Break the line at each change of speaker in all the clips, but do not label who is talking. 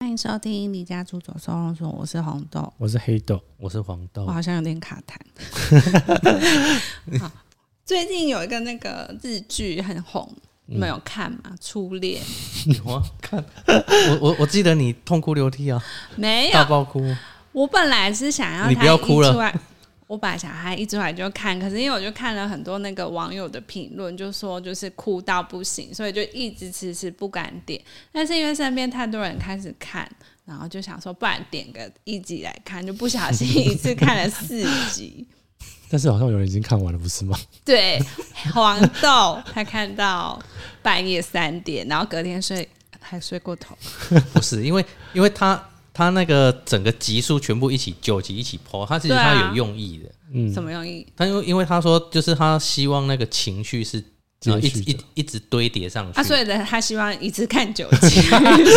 欢迎收听《离家出走收容所》，我是红
哦
豆，
我是黑豆，
我是黄豆
我，好像有点卡痰。好，最近有一个那个日剧很红，你们有看吗？初恋》
我看我我我记得你痛哭流涕啊，
没
大
有。
爆哭，
我本来是想要
你
它
不要
一
哭了
出来。我本来想他一出来就看，可是因为我就看了很多那个网友的评论，就说就是哭到不行，所以就一直迟迟不敢点。但是因为身边太多人开始看，然后就想说，不然点个一集来看，就不小心一次看了四集。
但是好像有人已经看完了，不是吗？
对，黄豆他看到半夜三点，然后隔天睡还睡过头。
不是因为因为他他那个整个集数全部一起九集一起抛，他其实
对啊
他有用意的，
嗯，
什么用意？
他因为因为他说就是他希望那个情绪是呃一
接
直
续
一
的
直一直堆叠上去，
啊，所以呢，他希望一次看九 集。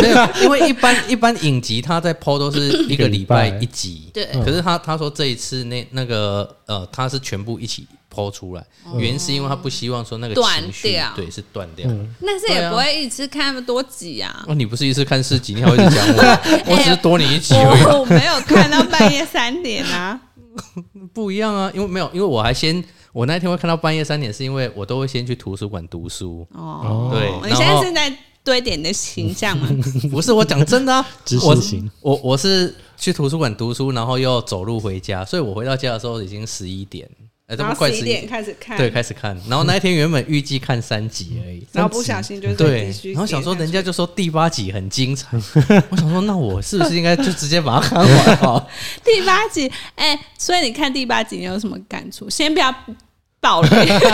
没有，因为一般一般影集他在抛都是一个礼拜一集，
对
可是他他说这一次那那个呃，他是全部一起抛出来，原因是因为他不希望说那个
哦断
情绪
掉
对是断掉。
但是也不会一次看那么多集 啊。
哦，你不是一次看四集，你还会一直讲 我？我只是多你一集而已，
我我没有看到半夜三点 啊。
不一样啊！因为没有，因为我还先，我那天会看到半夜三点，是因为我都会先去图书馆读书。
哦，
对
你
然
现在
后
是在堆点你的形象吗？
不是我讲真的啊
知，识
我
型
我我是去图书馆读书，然后又走路回家，所以我回到家的时候已经十一点，呃， 这
然
么
后
快
十一
11
点开始看，
对，开始看。然后那一天原本预计看三集而已，
然后不小心就
对
是继，续。
然后想说人家就说第八集很精彩，我想说那我是不是应该就直接把它看完好？
第八集，哎、所以你看第八集你有什么感触？先不要暴雷，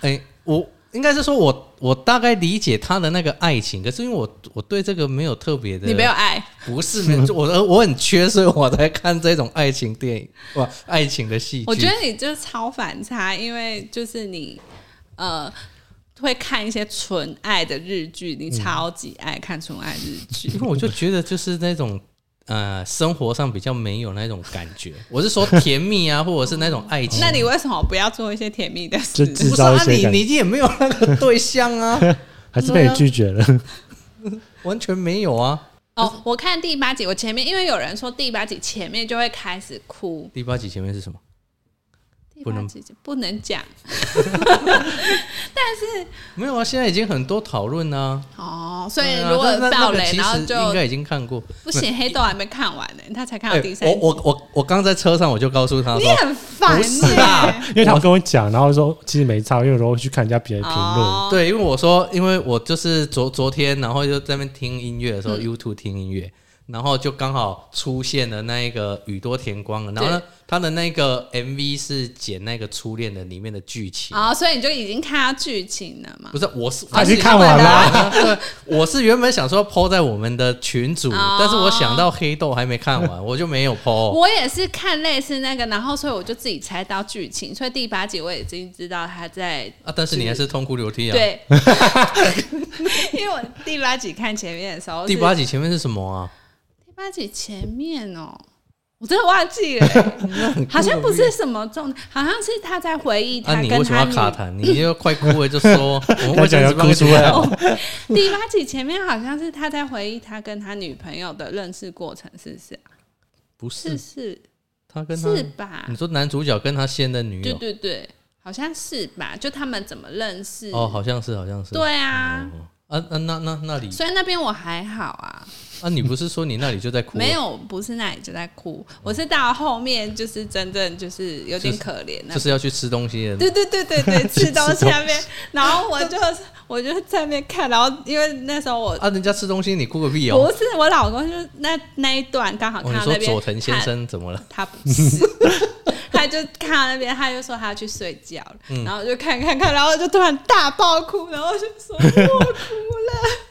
哎、我应该是说我我大概理解他的那个爱情，可是因为我我对这个没有特别的，
你没有爱。
不是没有，就我我很缺，所以我才看这种爱情电影哇，爱情的戏剧。
我觉得你就是超反差，因为就是你呃会看一些纯爱的日剧，你超级爱看纯爱日剧。
因为我就觉得就是那种呃生活上比较没有那种感觉，我是说甜蜜啊，或者是那种爱 情。
那你为什么不要做一些甜蜜的
就
事？
制
不是
造一
啊，
些
你
感
你
觉，
也没有那个对象啊，
还是被你拒绝了。
完全没有啊。
哦，我看第八集，我前面因为有人说第八集前面就会开始哭，
第八集前面是什么？
第
不
八
能
集就不能讲
没有啊，现在已经很多讨论啊。
哦，所以
对啊
如果
那那那
暴
个
雷，
其
然后
实
就
应该已经看过。
不行，黑豆还没看完呢、他才看到
哎
第三
我
集。
我我我刚在车上我就告诉他
你
说，
很烦
不
耶、
是啊
因为他们跟我讲，然后说其实没差，因为有时候会去看人家别人的评论，
哦，
对，因为我说，因为我就是昨昨天，然后就在那边听音乐的时候、y
嗯
o u t u b e 听音乐，然后就刚好出现了那一个宇多田光了，然后呢，他的那个 MV 是剪那个初恋的里面的剧情。
哦，啊所以你就已经看到剧情了嘛？
不是，我是
他
我
已
是
经看完了。啊
对，我是原本想说抛在我们的群组，
哦
但是我想到黑豆还没看完，我就没有抛。
我也是看类似那个，然后所以我就自己猜到剧情，所以第八集我已经知道他在
啊，但是你还是痛哭流涕啊！，
对， 因为我第八集看前面的时候是，
第八集前面是什么啊？
第八集前面哦，我真的忘记了 欸、好像不是什么重，好像是他在回忆他
啊，
跟
你
他
为什么要
女
卡痰？你就快哭了，就说我们
要
为什
讲
么
要
只帮
哭
你
出来
讲，
哦第八集前面好像是他在回忆他跟他女朋友的认识过程，是不是啊？
不
是
是
是
他跟他
是吧
你？说男主角跟他现任女
对
友？
对对，好像是吧？就他们怎么认识？
哦，好像是，好像是。
对啊，
哦。啊啊，那那那里
所以那边我还好啊，
啊，你不是说你那里就在哭？
没，有，不是那里就在哭，我是到后面就是真正就是有点可怜那
就是要去吃东西的。
对对对对 对，吃东西那边，然后我就我就在那边看，然后因为那时候我
啊，人家吃东西你哭个屁
不
哦！
是我老公，就那那一段刚好
哦，
看
你
到
说
那边，
佐藤先生怎么了？
他不是， 他就看到那边，他就说他要去睡觉了，然后我就看看看，然后就突然大爆哭，然后我就说我哭了。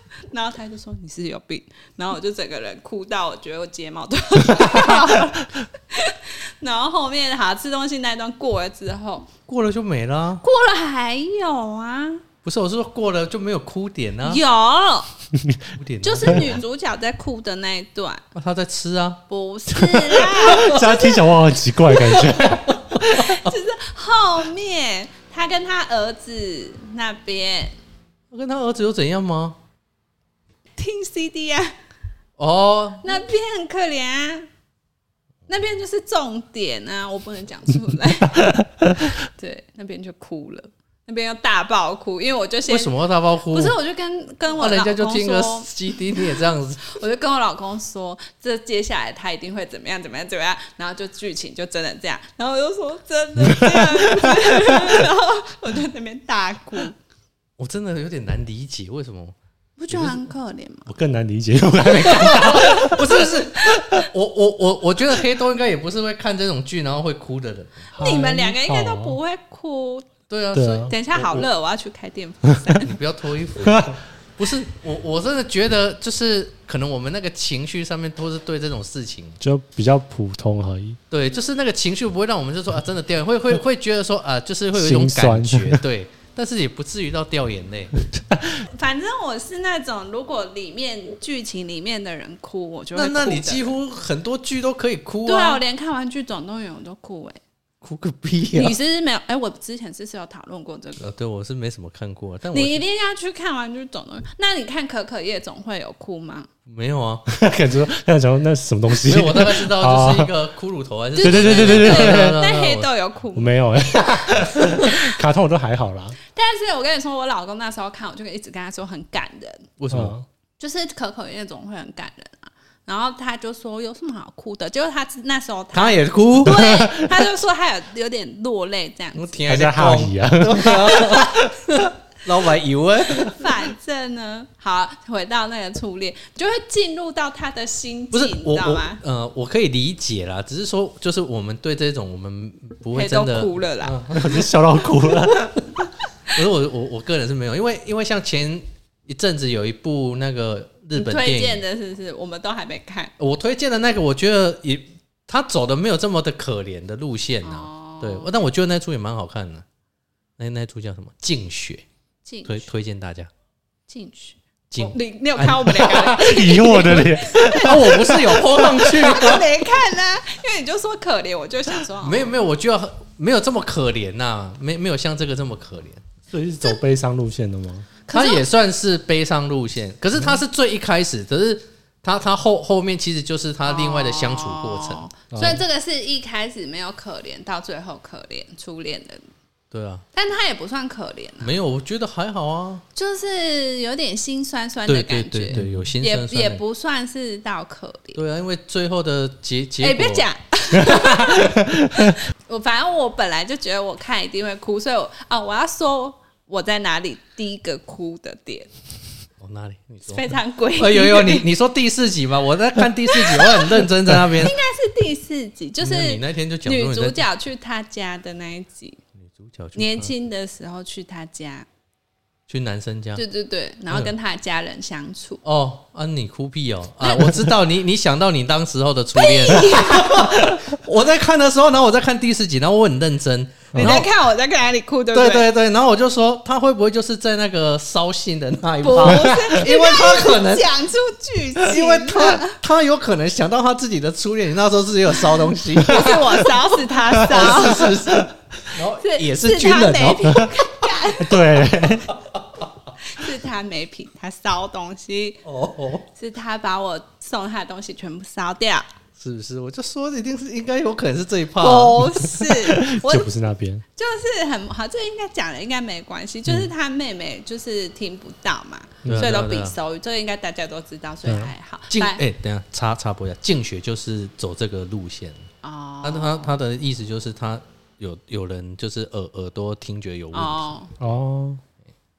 然后他就说你是有病，然后我就整个人哭到我觉得我睫毛都要掉了。 然后后面好吃东西那一段过了之后，
过了就没了啊。
过了还有啊，
不是，我是说过了就没有哭点啊，
有
哭点啊
就是女主角在哭的那一段，
啊他在吃啊，
不是啦。
这样听起来我很奇怪的感觉。
就是后面他跟他儿子那边
跟他儿子又怎样吗？
听 CD 啊，
哦，
那边很可怜啊，那边就是重点啊，我不能讲出 来。对，那边就哭了，那边要大爆哭，因为我就先
为什么要大爆哭？
不是，我就跟跟我
那人
老
家就
公
听个
说，
CD，你也这样子，
我就跟我老公说，这接下来他一定会怎么样怎么样怎么样，然后就剧情就真的这样，然后我就说真的这 样子，然后我就在那边大哭，
我真的有点难理解为什么。
不觉得很可怜吗？
我更难理解，我还没
不是不是，我我我我觉得黑豆应该也不是会看这种剧然后会哭的人。
你们两个应该都
啊
不会哭。
对啊，
对啊
所以
等一下好热，我要去开电风扇。
你不要脱衣服。不是我，我真的觉得就是可能我们那个情绪上面都是对这种事情，
啊就比较普通而已。
对，就是那个情绪不会让我们就说啊，真的掉眼，会会会觉得说啊，就是会有一种
心酸
感觉，对，但是也不至于到掉眼泪。
反正我是那种，如果里面剧情里面的人哭，我就会
那那
哭
你
的
几乎很多剧都可以哭
对啊，我
啊，
连看完《剧总动员》我都哭哎、
哭个屁啊
你！是不是没有？哎、我之前是不是有讨论过这个？
呃，对我是没什么看过，啊但我
你一定要去看完《剧总动员》。那你看《可可夜总会》有哭吗？
没有啊，
感觉那想说那是什么东西
所以？我大概知道就是一个骷髅头还是
对
对对对对对对
对
那
对
黑
我
豆有哭
我没有哎、 卡通我都还好啦。
但是我跟你说，我老公那时候看，我就一直跟他说很感人，
为什么？
就是《可可夜总会》很感人啊。然后他就说有什么好哭的？结果他那时候 他
他也哭，
对，他就说他有有点落泪这样
我
子。
嗯？
天
还
还
在哈
讲
里啊？
老板以为
反正呢，好回到那个初恋，就会进入到他的心
不
境，
是
你
我
知道
我
吗？
呃，我可以理解啦，只是说就是我们对这种我们不会
黑豆
真的，
哭了啦，
我就笑到哭了。
可是我我我个人是没有，因为因为像前一阵子有一部那个日
你
本
推
电
荐
影，
的是不是？我们都还没看。
我推荐的那个，我觉得也他走的没有这么的可怜的路线呐、
哦
对，但我觉得那出也蛮好看的，那那出叫什么？静雪，
进
推推荐大家
进去。
静
哦。你你有看我们两个
以我的脸，
啊，我不是有泼上去 吗？
都没看呢、因为你就说可怜，我就想说哦
没
有。
有没有，我就要没有这么可怜呐、没没有像这个这么可怜。
所以是走悲伤路线的吗？
可
他
是
也算是悲伤路线，可是他是最一开始，可是他他后后面其实就是他另外的相处过程。
哦所以这个是一开始没有可怜，到最后可怜初恋的，
对啊，
但他也不算可怜、啊，
没有，我觉得还好啊。
就是有点心酸酸的
对
感
对
觉，
对对，有心
也
酸
也
酸的。
不算是到可怜。
对啊，因为最后的结结
哎、
果，
别 讲。我反正我本来就觉得我看一定会哭，所以我啊、我要说我在哪里第一个哭的点，
哦哪里？你说？
非常诡异。
哎呦呦，你你说第四集吧，我在看第四集，我很认真在那边。
应该是第四集，就是
那你那天就讲说
女
你
主
在
角去他家的那一集，
女主角去
年轻的时候去他家，
去男生家。
对对对，然后跟他的家人相处。
哦，啊，你哭屁哦！啊， 我知道你，你想到你当时候的初 恋。我在看的时候，然后我在看第四集，然后我很认真。
你
然后
在看我在哪里哭，对不
对
对
对对，然后我就说他会不会就是在那个烧信的那一
不
趴？
是，
因为他可能
讲出剧情，
因为他他有可能想到他自己的初恋，你那时候自己有烧东 西，
不是我烧，是他烧，
哦是是是，然后也
是
军
他
人
没
哦，
品，
欸对，
是他没品，他烧东西，
哦哦，
是他把我送他的东西全部烧掉，
是不是？我就说一定是应该有可能是这一趴，
不 是，我
就不是那边。
就是很好，这应该讲了，应该没关系。就是他妹妹就是听不到嘛，
嗯对啊
所以都
对啊对
比
啊
手语，这应该大家都知道，所以还好。
静
反
哎、等一下插插播一下，静雪就是走这个路线，他
哦
他他的意思就是他有有人就是耳耳朵听觉有问题，
哦，
哦，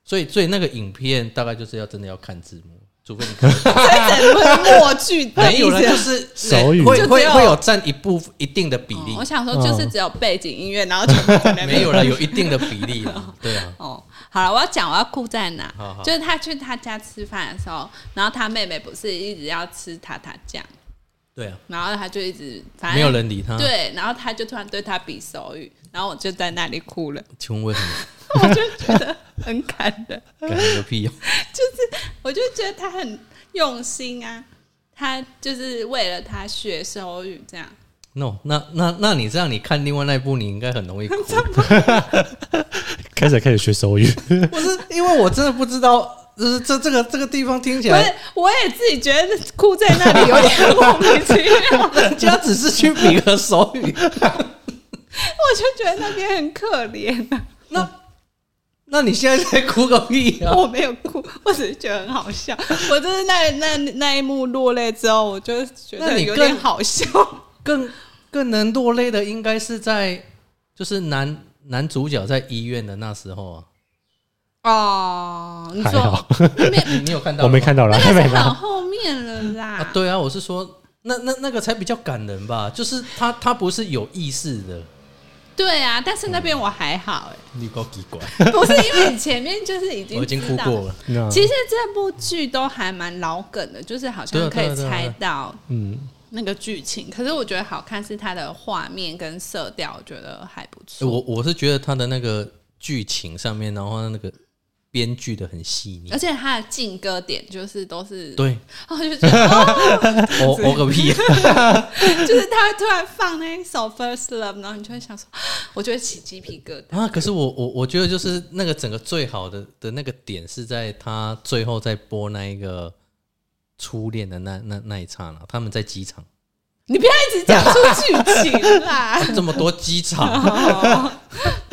所以所以那个影片大概就是要真的要看字幕，除非你 看。
所以整部默剧的
没有
意
了，
思啊
就是
手语
会
就只
会
有
会有占一部一定的比
哦
例嗯
我，想说，就是只有背景音乐，然后全部在那边
没有了有一定的比 例了，对啊，
哦，好了，我要讲我要哭在哪，
好好
就是他去他家吃饭的时候，然后他妹妹不是一直要吃塔塔酱，
对啊，
然后他就一直反正
没有人啊理他，，
对，然后他就突然对他比手语，然后我就在那里哭了，
请问为什么？
我就觉得很感人，
感觉个 屁哦！
我就觉得他很用心啊，他就是为了他学手语这样。
no，那那那你这样，你看另外那一部，你应该很容 易哭。
开始开始学手语，
不是因为我真的不知道就是这这个这个地方听起
我
来，
也我也自己觉得哭在那里有点莫名其妙，
人家只是去比个手语。
我就觉得那边很可怜、啊。
那那你现在在哭个屁 啊！
我没有哭，我只是觉得很好 笑。我就是那那那一幕落泪之后，我就觉
那
得
你
有
更
点好笑。
更更能落泪的应该是在就是男男主角在医院的那时候啊，
哦，你
还
说
好，
你你有看到？
我没看。到了，还
那
没
个是
啦
好后面了
啊
啦，，
对啊，我是说，那那那个才比较感人吧，就是他他不是有意识的，
对啊，但是那边我还好、
你够奇怪，
哎， 不是因为你前面就是已经
嗯我已经
知
哭
道
过了。嗯
那
其实这部剧都还蛮老梗的，就是好
对啊
像可
对啊
以
对啊
猜到
嗯，
那个剧情。可是我觉得好看是它的画面跟色调，我觉得还不
欸
错。
我我是觉得他的那个剧情上面，然后那个编剧的很细腻
而。且它的劲歌点就是都是，
对，
然后就觉得哦，
我我个屁啊！
就是他突然放那一首《First Love》，然后你就会想说， 我就会起鸡皮疙瘩。
啊可是我我我觉得就是那个整个最好的的那个点是在他最后在播那一个初恋的那那那一刹那，他们在机场，
你不要一直讲出剧情啦。
这么多机场，
哦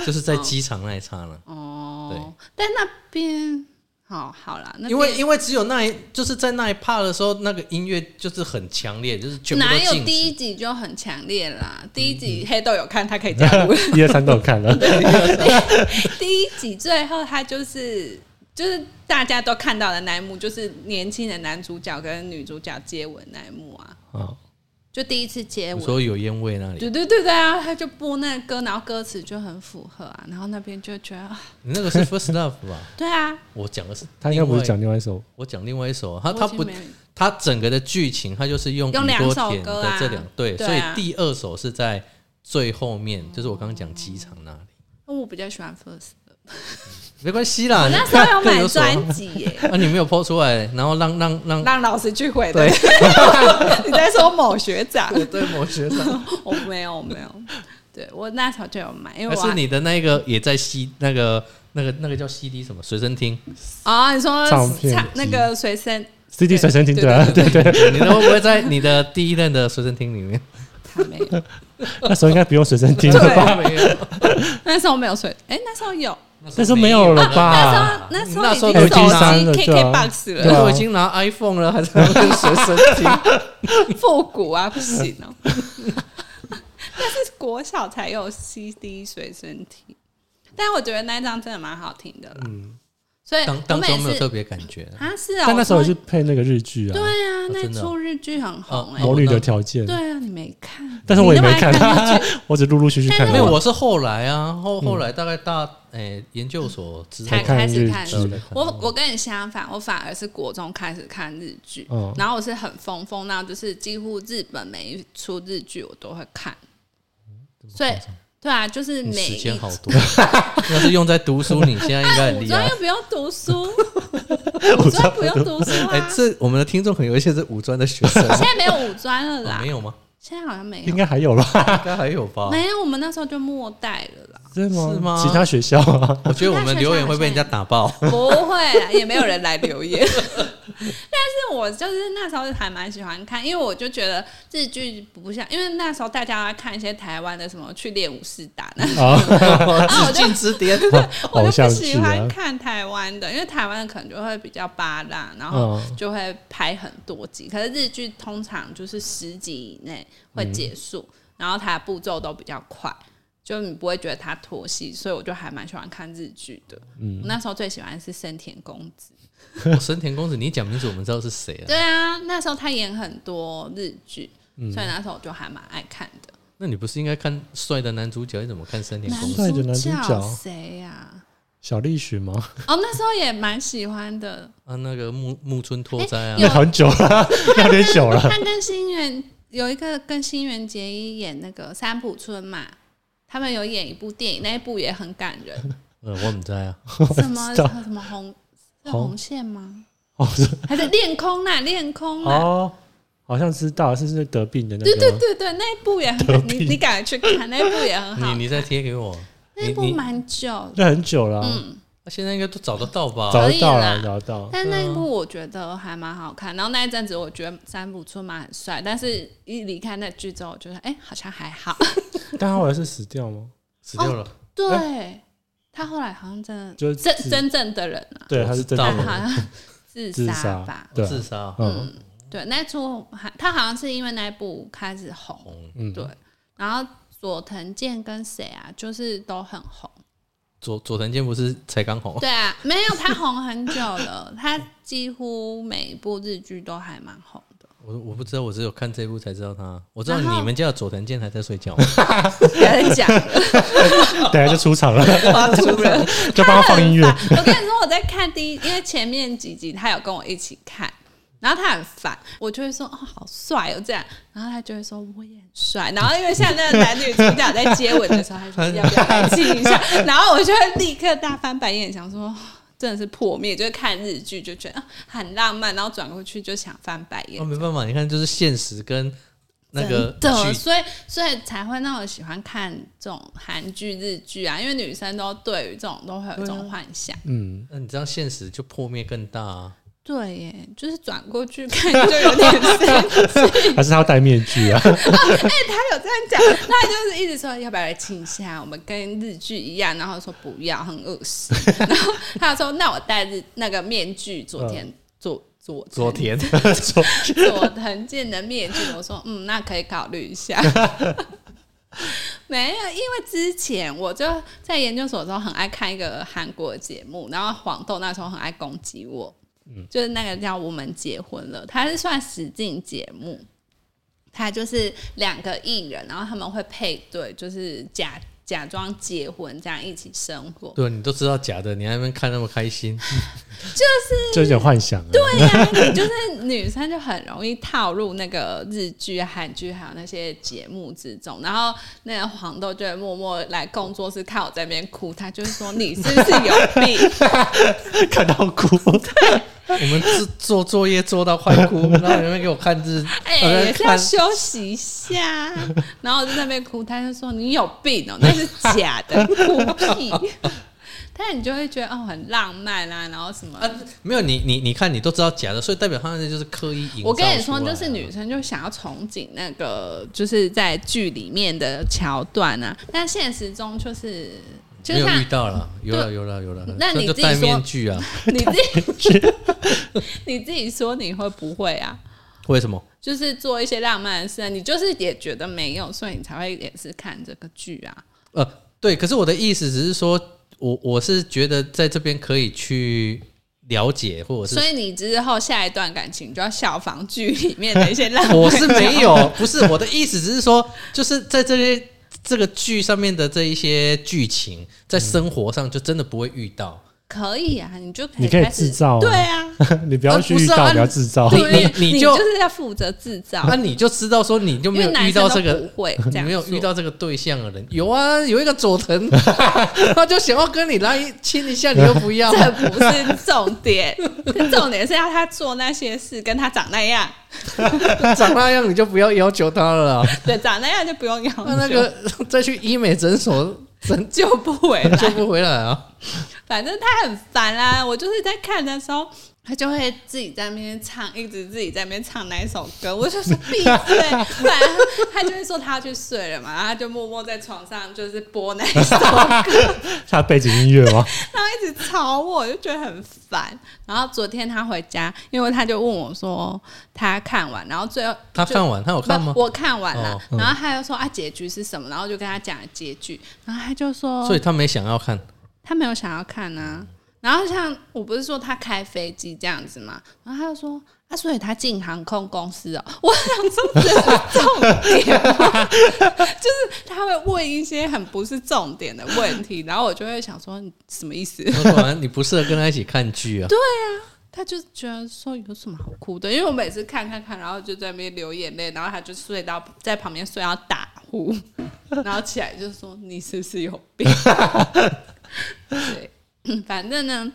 就是在机场那一刹那。
哦，但那边好好啦，那边
因为因为只有那一就是在那一 part 的时候，那个音乐就是很强烈，就是全部
哪
都
有
静
第
止。嗯
一集就很强烈啦？第一集黑豆有看，他可以加 入。
一二三都有看 了，
第一集最后他就是就是大家都看到的那一幕，就是年轻的男主角跟女主角接吻那一幕啊，
啊，
就第一次接
哦我
吻。
说有烟味那里，
对对对对啊，他就播那个歌，然后歌词就很符合啊，然后那边就觉得啊
你那个是 first love 吧？
对啊，
我讲的是
他应该不
另
是
外
讲另外一首，
我讲另外一首啊，
我已
他他
经
不
没
他整个的剧情，他就是用
用
宇
两
多
首
田
歌
的这
啊
两对，
对
所以
啊
第二首是在最后面，就是我刚刚讲机场那里，
我比较喜欢 First，
没关系啦。
我那
你
时候有
各
买
所好
专辑耶。
啊，你没有抛出来，然后让让让
让老师去回答
对。
你在说某学长？
对某学生，
我没有，我没有。对我那时候就有买，因为
还
我
是你的那个也在 C 那个那个那个叫 CD 什么随身听，
啊、你说
唱片
唱
机
那个随身
CD 随身听
对
对啊，对对，
你都不会在你的第一任的随身听里面？
他没有，
那时候应该不用随身听了
对
吧？
没有，
那时候没有随，哎、那时候有，
那时候没有了吧？
那时候
那
那
时
时
候
候已
都
经
已
手
经删
了
机 KK
对啊
box
对
了，
啊
我已经拿 iPhone 了，还在那边随身听。
啊复古啊，不行哦、 那是国小才有 CD 随身听，但我觉得那一张真的蛮好听的啦。所以
当
我
当时
每
没有
次
特别感觉。
啊是啊，
但那时候
我
也是配那个日剧
对
啊，
啊，那
真的哦
出日剧很红哎、
《魔女的条件》，
对啊，你没看，
哦嗯但是我也
你那
没
么爱
看
看日剧，
我只陆陆续续看
但
了。
是
没有，我是后来啊，后后来大概大诶研究所之后
才
看
开始
日
看
剧
日剧。我我跟你相反，我反而是国中开始看日剧，
嗯
然后我是很疯疯到就是几乎日本每一出日剧我都会看，所以对啊，就是
你
每
时
一
间好多，要是用在读书，你现在应该很
五
厉
专
害。
又不用读书， 五专不用读书
哎
啊，，
这我们的听众可能有一些是五专的学生，
现在没有五专了
哦
啦
没，有吗？
现在好像没
应
有，
该还有吧？
应该还有吧。
没有，我们那时候就末代了啦。
是吗？
是吗
其他学校啊，
我觉得我们留言会被人家打爆。
不会啊，也没有人来留言。但是我就是那时候还蛮喜欢看，因为我就觉得日剧不像，因为那时候大家要看一些台湾的什么去练武士打，那
致敬之巅，
我
偶
就
像
不喜
剧啊
欢，看台湾的，因为台湾的可能就会比较巴拉，然后
嗯
就会拍很多集。可是日剧通常就是十集以内会结束，然后它的步骤都比较快。就你不会觉得它拖戏，所以我就还蛮喜欢看日剧的。嗯，那时候最喜欢的是森田公子。
我神田公子，你讲名字我们知道是谁了。
对啊，那时候他演很多日剧，所以那时候我就还蛮爱看的。
那你不是应该看帅的男主角？你怎么看森田
男
公
主
子？
帅的男主
角
角
谁呀？
小栗旬吗？
哦，那时候也蛮喜欢的。
啊，那个木木村拓哉啊
有
那，很久了， 那有点久 了。
他跟新垣有一个跟新垣结衣演那个三浦春马，他们有演一部电影，那一部也很感人。
嗯，我们在啊，
什么
知道
什么红是
红
红线吗？
哦，是
还是恋空啦，恋空啦。
哦，好像知道，是不是得病的那
对对
个？
对对，那一部也很感，你你 赶快去看，那一部也很好
你，你再贴给我，
那
你
一部
你
蛮久的。嗯
那很久了啊，
啊现在应该都找得到吧？
找
可
得到
以
了，
啦
找得到。
但那一部我觉得还蛮好看，然后那一阵子我觉得三浦春马很帅，但是一离开那剧之后，我觉得哎、好像还好。
但他后来是死掉吗？
死掉了，
对、他后来好像真的
就是
真
自
真正的人啊，
对，
我
他是
知
真
道
他
正
了
的
好像自
自
杀
杀
吧。
对啊，
自杀。
嗯
对，那出还他好像是因为那一部开始红，
红
嗯，
对，然后佐藤健跟谁啊，就是都很红。
佐佐藤健不是才刚红，
对啊，没有他红很久了，他几乎每一部日剧都还蛮红的。
我我不知道，我只有看这部才知道他。我知道
然后
你们家的佐藤健还在睡觉，
不要再讲了，
等一下就出场了，
突然
就帮他放音乐。
我跟你说，我在看第一，因为前面几集他有跟我一起看，然后他很烦，我就会说哦好帅哦这样，然后他就会说我也很帅，然后因为像那个男女主角在接吻的时候，他就 说要不要来亲一下，然后我就会立刻大翻白眼，想说。真的是破灭，就是看日剧就觉得啊很浪漫，然后转过去就想翻白眼
那、。哦没办法，你看就是现实跟那个
真的，
剧
所以所以才会让我喜欢看这种韩剧、日剧啊，因为女生都对于这种都会有一种幻想。
嗯，
那你这样现实就破灭更大啊！
对耶，就是转过去看就有点 生气。
还是他要戴面具啊？
他有这样讲，他就是一直说要不要来亲一下，我们跟日剧一样，然后说不要，很恶 心。然后他说那我戴日那个面具，昨天昨昨
嗯昨 天
佐藤健的面具，我说嗯，那可以考虑一下。没有，因为之前我就在研究所的时候很爱看一个韩国节目，然后黄豆那时候很爱攻击我，就是那个叫《我们结婚了》，它是算实境节目，它就是两个艺人，然后他们会配对，就是假假装结婚，这样一起生活。
对，啊你都知道假的，你还在那边看那么开心，
就有点幻想啊。对，
对呀、你就是女生就很容易套入那个日剧、韩剧还有那些节目之中，然后那个黄豆就会默默来工作室看我在那边哭，他就是说你是不是有病？
看到哭。
我们是做作业做到快哭，然后你们给我看日，
哎、
我在
也是要
看
休息一下。然后我就在那边哭，他就说你有病哦、那是假的， 哭屁。但你就会觉得哦，很浪漫啊，然后什 么。
没有你你你看你都知道假的，所以代表他那就是刻意营造出来啊。
我跟你说，就是女生就想要憧憬那个，就是在剧里面的桥段啊，但现实中就是，就是
没有
像
遇到了，有了有了有了，
那你
就
自己
戴
说
面具啊？
你自己， 你自己说你会不会啊？
为什么？
就是做一些浪漫的事啊，你就是也觉得没有，所以你才会也是看这个剧啊。
呃，对，可是我的意思只是说，我我是觉得在这边可以去了解，或者
所
是
以你之后下一段感情就要效仿剧里面的一些浪漫。
我是没有，不是我的意思只是说，就是在这些这个剧上面的这一些剧情，在生活上就真的不会遇到。
可以啊，你就可以
你可以
开始
制造啊
对啊，
你不要去遇
呃不是啊
到，不要制造。
你
对
你
你
就
就是要负责制造
那、，你就知道说，你就
因
没有
为男
遇
生
到
都
这个
不会这
你
样
没有
做
遇到这个对象的人，有啊，有一个佐藤， 他就想要跟你来亲一下，你又不 要，
这不是重点，重点是要他做那些事，跟他长那样，
长那样你就不要要求他了啊。
对，长那样就不用要求，
那那个 再去医美诊所诊
救不回来。
救不回来啊。
反正他很烦啦、我就是在看的时候，他就会自己在那边唱，一直自己在那边唱哪一首歌，我就说闭嘴。不然他就会说他要去睡了嘛，然后他就默默在床上就是播那一首歌，
他背景音乐吗？
然后一直吵我，我就觉得很烦。然后昨天他回家，因为他就问我说他看完，然后最后
他
就
看完，他有哦看吗
不？我看完了
哦，
然后他又说啊结局是什么，然后就跟他讲了结局，然后他就说，
所以他没想要 看，
他没有想要看啊。然后像我不是说他开飞机这样子嘛，然后他就说啊，所以他进航空公司哦、 我想说这是重点吗， 就是他会问一些很不是重点的问题，然后我就会想说你什么意思？
他说完你不适合跟他一起看剧啊。
他就觉得说有什么好哭的，因为我每次看看看，然后就在那边流眼泪，然后他就睡到在旁边睡到打呼， 然后起来就说你是不是有病？ 对，反正呢，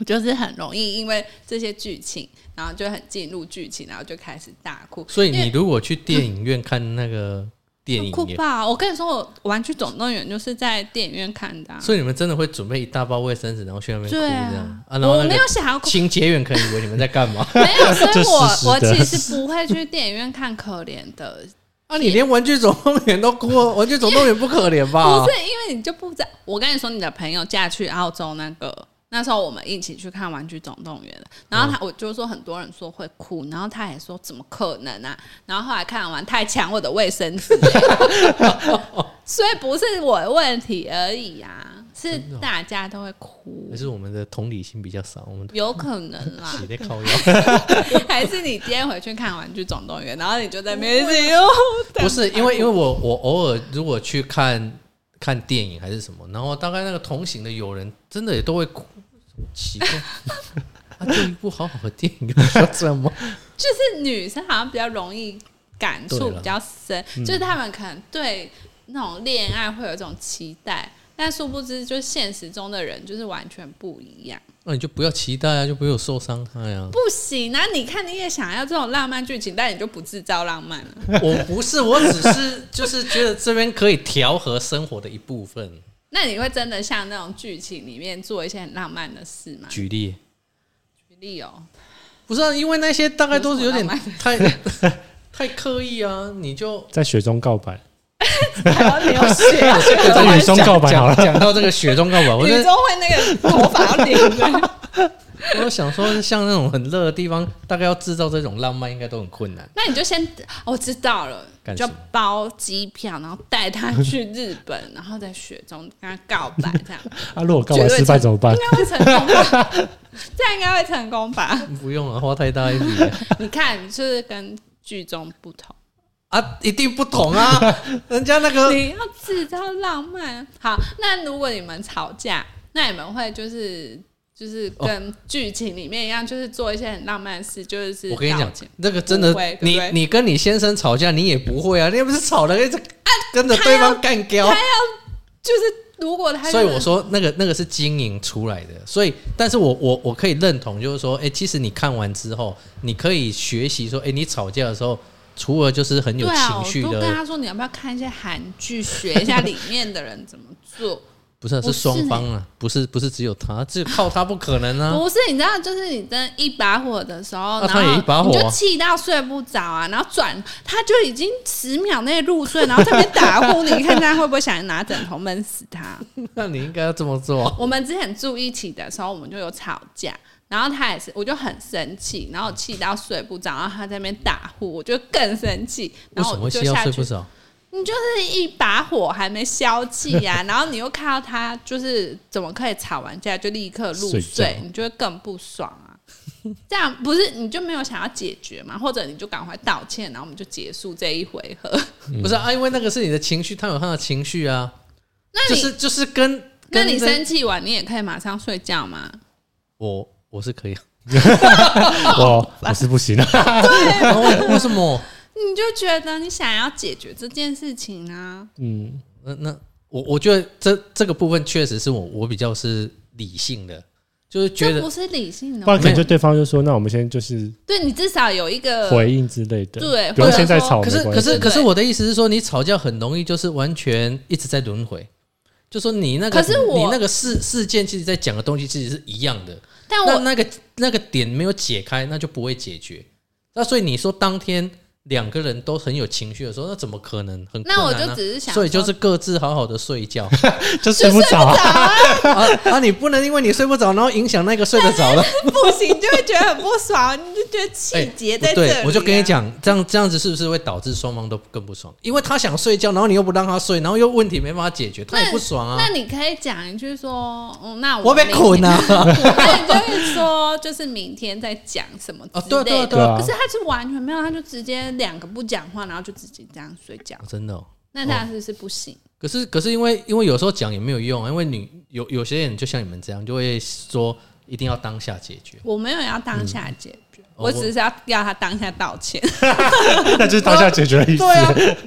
我就是很容易因为这些剧情，然后就很进入剧情，然后就开始大哭。
所以
因
你
为
如果去电影院看那个电
很
影
酷
耶。
吧？我跟你说，我《玩具总动员》就是在电影院看的、啊。
所以你们真的会准备一大包卫生纸，然后去那边哭
对
这
啊
样啊？然后
我
那
没
个
有想要 哭，
清洁员可能以为你们在干 嘛？
没有，所
就
以我
实时
我
的
其实不会去电影院看可怜的，
啊，你连《玩具总动员》都哭，《玩具总动员》不可怜吧？
不是因为你就不知道。我跟你说，你的朋友嫁去澳洲那个，那时候我们一起去看《玩具总动员》了，然后他、
嗯
我就说很多人说会哭，然后他也说怎么可能啊？然后后来看完太抢我的卫生 纸，所以不是我的问题而已啊，是
哦
大家都会哭
还，是我们的同理心比较少，我们
有可能啦。
写在靠腰。
还是你今天回去看《玩具总动员》，然后你就在那边一直哦哟，
啊不是因为因为我我偶尔如果去看看电影还是什么，然后大概那个同行的友人真的也都会哭，奇怪。啊，就一部好好的电影，说这么
就是女生好像比较容易感触
对啦嗯
比较深，就是她们可能对那种恋爱会有一种期待，但殊不知就是现实中的人就是完全不一样。
那你就不要期待啊，就不会有受伤害啊。
不行啊！你看你也想要这种浪漫剧情，但你就不制造浪漫了。啊
我不是，我只是就是觉得这边可以调和生活的一部分。
那你会真的像那种剧情里面做一些很浪漫的事吗？
举例，
举例哦，
不是、啊、因为那些大概都是有点
有什
太太刻意啊，你就
在雪中告白，
还要流血，啊
在雨中告白好了。
讲到这个雪中告白，我
宇
在
宙会那个头发要顶的。
我在想说，像那种很热的地方，大概要制造这种浪漫，应该都很困难。
那你就先，哦我知道了，
干什
就
么
包机票，然后带他去日本， 然后在雪中跟他告白，这 样
啊，如果告白失败怎么办
应？该会成功吧？ 这样应该会成功吧？
不用了，花太大一笔了
你看，就是跟剧中不同，
啊，一定不同 啊！人家那个
你要制造浪漫。好，那如果你们吵架，那你们会就是。就是跟剧情里面一样，就是做一些很浪漫的事，就是
我跟你
道
讲
歉，
那个真的
不会，对
你
不对
你跟你先生吵架，你也不会啊，你又不是吵的一直跟着
啊他
对
要
方干掉。
就是如果他
所以
就是
我说那个那个是经营出来的，所以但是我我我可以认同，就是说，哎、其实你看完之后，你可以学习说，哎、你吵架的时候，除了就是很有
对啊，
情
我
绪
都
的，
跟他说你要不要看一些韩剧，学一下里面的人怎么 做。
不是啊
不
是
是
双方啊，不是不是只有他，只有靠他不可 能啊。
不是，你知道，就是你真的一把火的时候，
那
然
他
后
也一把火啊
你就气到睡不着啊，然后转他就已经十秒内入睡，然后特别打呼，你看他会不会想拿枕头闷死 他？
那你应该要这么做。
我们之前住一起的时候，我们就有吵架，然后他也是，我就很生气，然后气到睡不着，然后他在那边打呼，我就更生气，
为
然
什
后
么
我
会
就
气到
下
睡
去
不着？
你就是一把火还没消气 呀、然后你又看到他就是怎么可以吵完架就立刻入
睡
睡
觉，
你就会更不爽啊。这样不是你就没有想要解决嘛？或者你就赶快道歉，然后我们就结束这一回合。
嗯
不是啊，因为那个是你的情绪，他有他的情绪啊。
那
就
你、
是就是跟
那
跟
你
这
生气完，你也可以马上睡觉吗？
我我是可以啊。
我我是不行的，
啊为为什么？
你就觉得你想要解决这件事情啊？
嗯，
那那我我觉得这这个部分确实是我我比较是理性的，就是觉
这
得
不是理性的，
不然可能就对方就说，那我们先就是
对你至少有一个
回应之类的，
呃对
不用现在吵，
可是
没关
可
系
是
对
可是我的意思是说，你吵架很容易就是完全一直在轮回，就说你那
可
个
是我
你那个事事件，其实在讲的东西其实是一样的，
但
那
我
那个那个点没有解开，那就不会解决。那所以你说当天两个人都很有情绪的时候，那怎么可能很困
那我
难、啊？
就只是想说，
所以就是各自好好的睡一觉
就睡不着啊，
啊啊！你不能因为你睡不着，然后影响那个睡得 着的。哎
不行，就会觉得很不爽，你就觉得 气结在
不
这里、啊
对，我就跟你，讲，这样这样子是不是会导致双方都更不爽？因为他想睡觉，然后你又不让他睡，然后又问题没办法解决，他也不爽啊
那。你可以讲一句说，嗯，那
我
我
被捆
了。
啊！
那你就会说，就是明天再讲什么之
哦对啊
类的。
对
啊对啊
可是他是完全没有，他就直接两个不讲话，然后就直接这样睡觉。
真的哦、
那这样是是不行。
可是可是因为因为有时候讲也没有用啊，因为你有有些人就像你们这样，就会说一定要当下解决。
我没有要当下解决，
哦
我只是要要他当下道 歉。
那就是当下解决的意思。
对啊，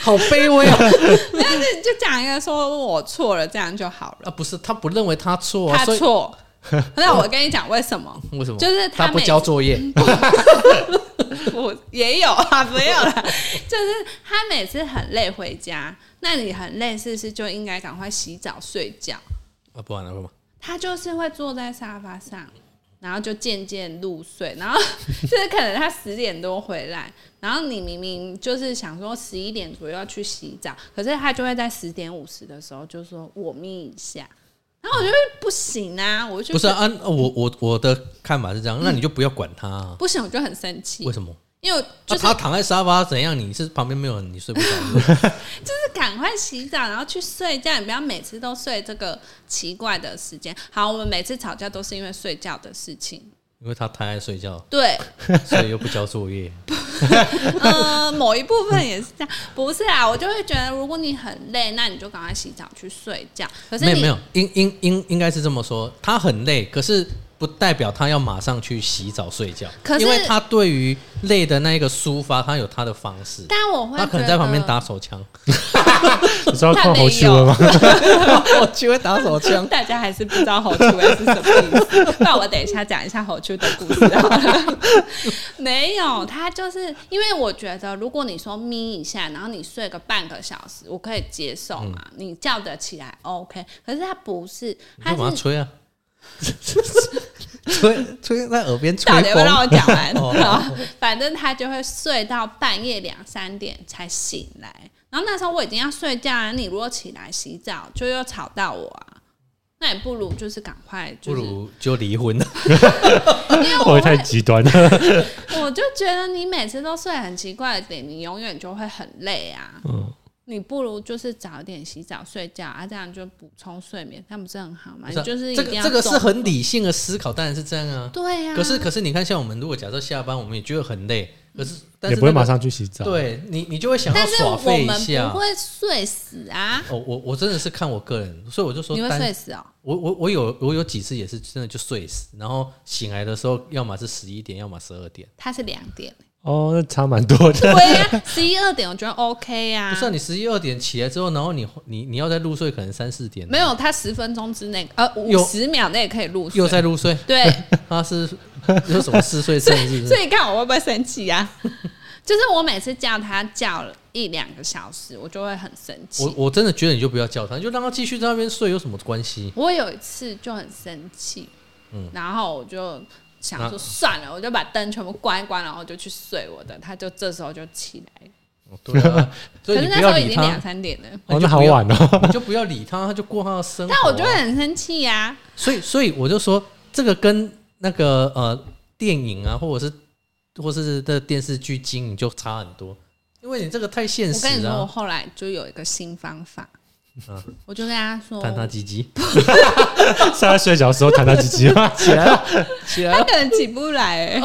好卑微啊！
但是 就讲一个说我错了，这样就好了。
啊，不是他不认为他错啊，
他
所以
错。 那我跟你讲为什么？
为什么？
就是他嗯
他不
每
交作业，
不 我也有啊，没有啦，就是他每次很累回家，那你很累是不是就应该赶快洗澡睡觉？
啊，不然了嘛。
他就是会坐在沙发上，然后就渐渐入睡，然后 就是可能他十点多回来，然后你明明就是想说十一点左右要去洗澡，可是他就会在十点五十的时候就说我眯一下，然后我就会不行啊，我就嗯
不是啊，啊我我我的看法是这样，那你就不要管他、啊，
不行，我就很生气
为，什么？
因为我
那
就是
他躺在沙发怎样？你是旁边没有人，你睡不着。
就是赶快洗澡，然后去睡觉，你不要每次都睡这个奇怪的时间。好，我们每次吵架都是因为睡觉的事情。
因为他太爱睡觉，
对，
所以又不交作业。
呃， 某一部分也是这样，不是啊，我就会觉得，如果你很累，那你就赶快洗澡去睡觉。可是
没有
你
没有，应应应应该是这么说，他很累，可是不代表他要马上去洗澡睡觉，
可是
因为他对于累的那一个抒发，他有他的方式。
但我会
他可能
觉
在旁边
得
打手枪，
你知道看侯秋文吗？
我就会打 手枪。
大家还是不知道猴出文是什么意思，那我等一下讲一下猴出的故事好了。没有，他就是因为我觉得，如果你说眯一下，然后你睡个半个小时，我可以接受嘛，你叫得起来 OK。可是他不是，
嗯你
他
就把它
是
吹 啊，吹吹在耳边吹
到底会让
风。
我讲完
哦
然后反正他就会睡到半夜两三点才醒来。然后那时候我已经要睡觉了，你如果起来洗澡，就又吵到我啊。那也不如就是赶快，
不
就是
如就离婚了。
因为
我
我会
也太极 端了。
我就觉得你每次都睡很奇怪的点，你永远就会很累啊。
嗯
你不如就是早点洗澡睡觉啊，这样就补充睡眠，这样不是很好吗？你就是一
这
定
个
要
这个是
动
很理性的思考，当然是这样啊。
对呀、
可是可是你看，像我们如果假设下班，我们也觉得很累，可是但
也
是
不会
那个
马上去洗澡。，
对你你就会想要
但是
耍
我
废一
们
下
不。会睡死啊，
哦，我我真的是看我个人，所以我就说
你会
单
睡死哦。
我我我有我有几次也是真的就睡死，然后醒来的时候，要么是十一点，要么十二点。
它是两点，
哦，那差蛮多
对
的。
呀、十一二点我觉得 OK 呀、
不是、啊、你十一二点起来之后，然后你你你要再入睡，可能三四点
没有，它十分钟之内，呃，五
又
十秒内可以入睡
又。在入睡，
对，
他是有什么嗜睡症是不
所
是？
以看我会不会生气啊？ 就是我每次叫他叫了一两个小时，我就会很生气。
我我真的觉得你就不要叫他，你就让他继续在那边睡，有什么关系？
我有一次就很生气，然后我就想说
嗯那
算了，我就把灯全部关一关，然后就去睡我的。他就这时候就起来，
哦对啊， 所
可
以你
是那
不
时
要
候已
理
经两
他，
三点了，
哦，那好晚哦。
你就不要理他，他就过他的生活、
但
啊。
我就会很生气啊呀、
所以，所以我就说，这个跟那个呃电影啊，或者是或是的电视剧经营就差很多，因为你这个太现
我跟你
实
说，哦我
啊。
后来就有一个新方法，
嗯
我就跟他说，
弹他鸡鸡，
上在睡觉的时候弹到鸡鸡 吗？
起来了，起来
他
了，
可能起不来、 欸，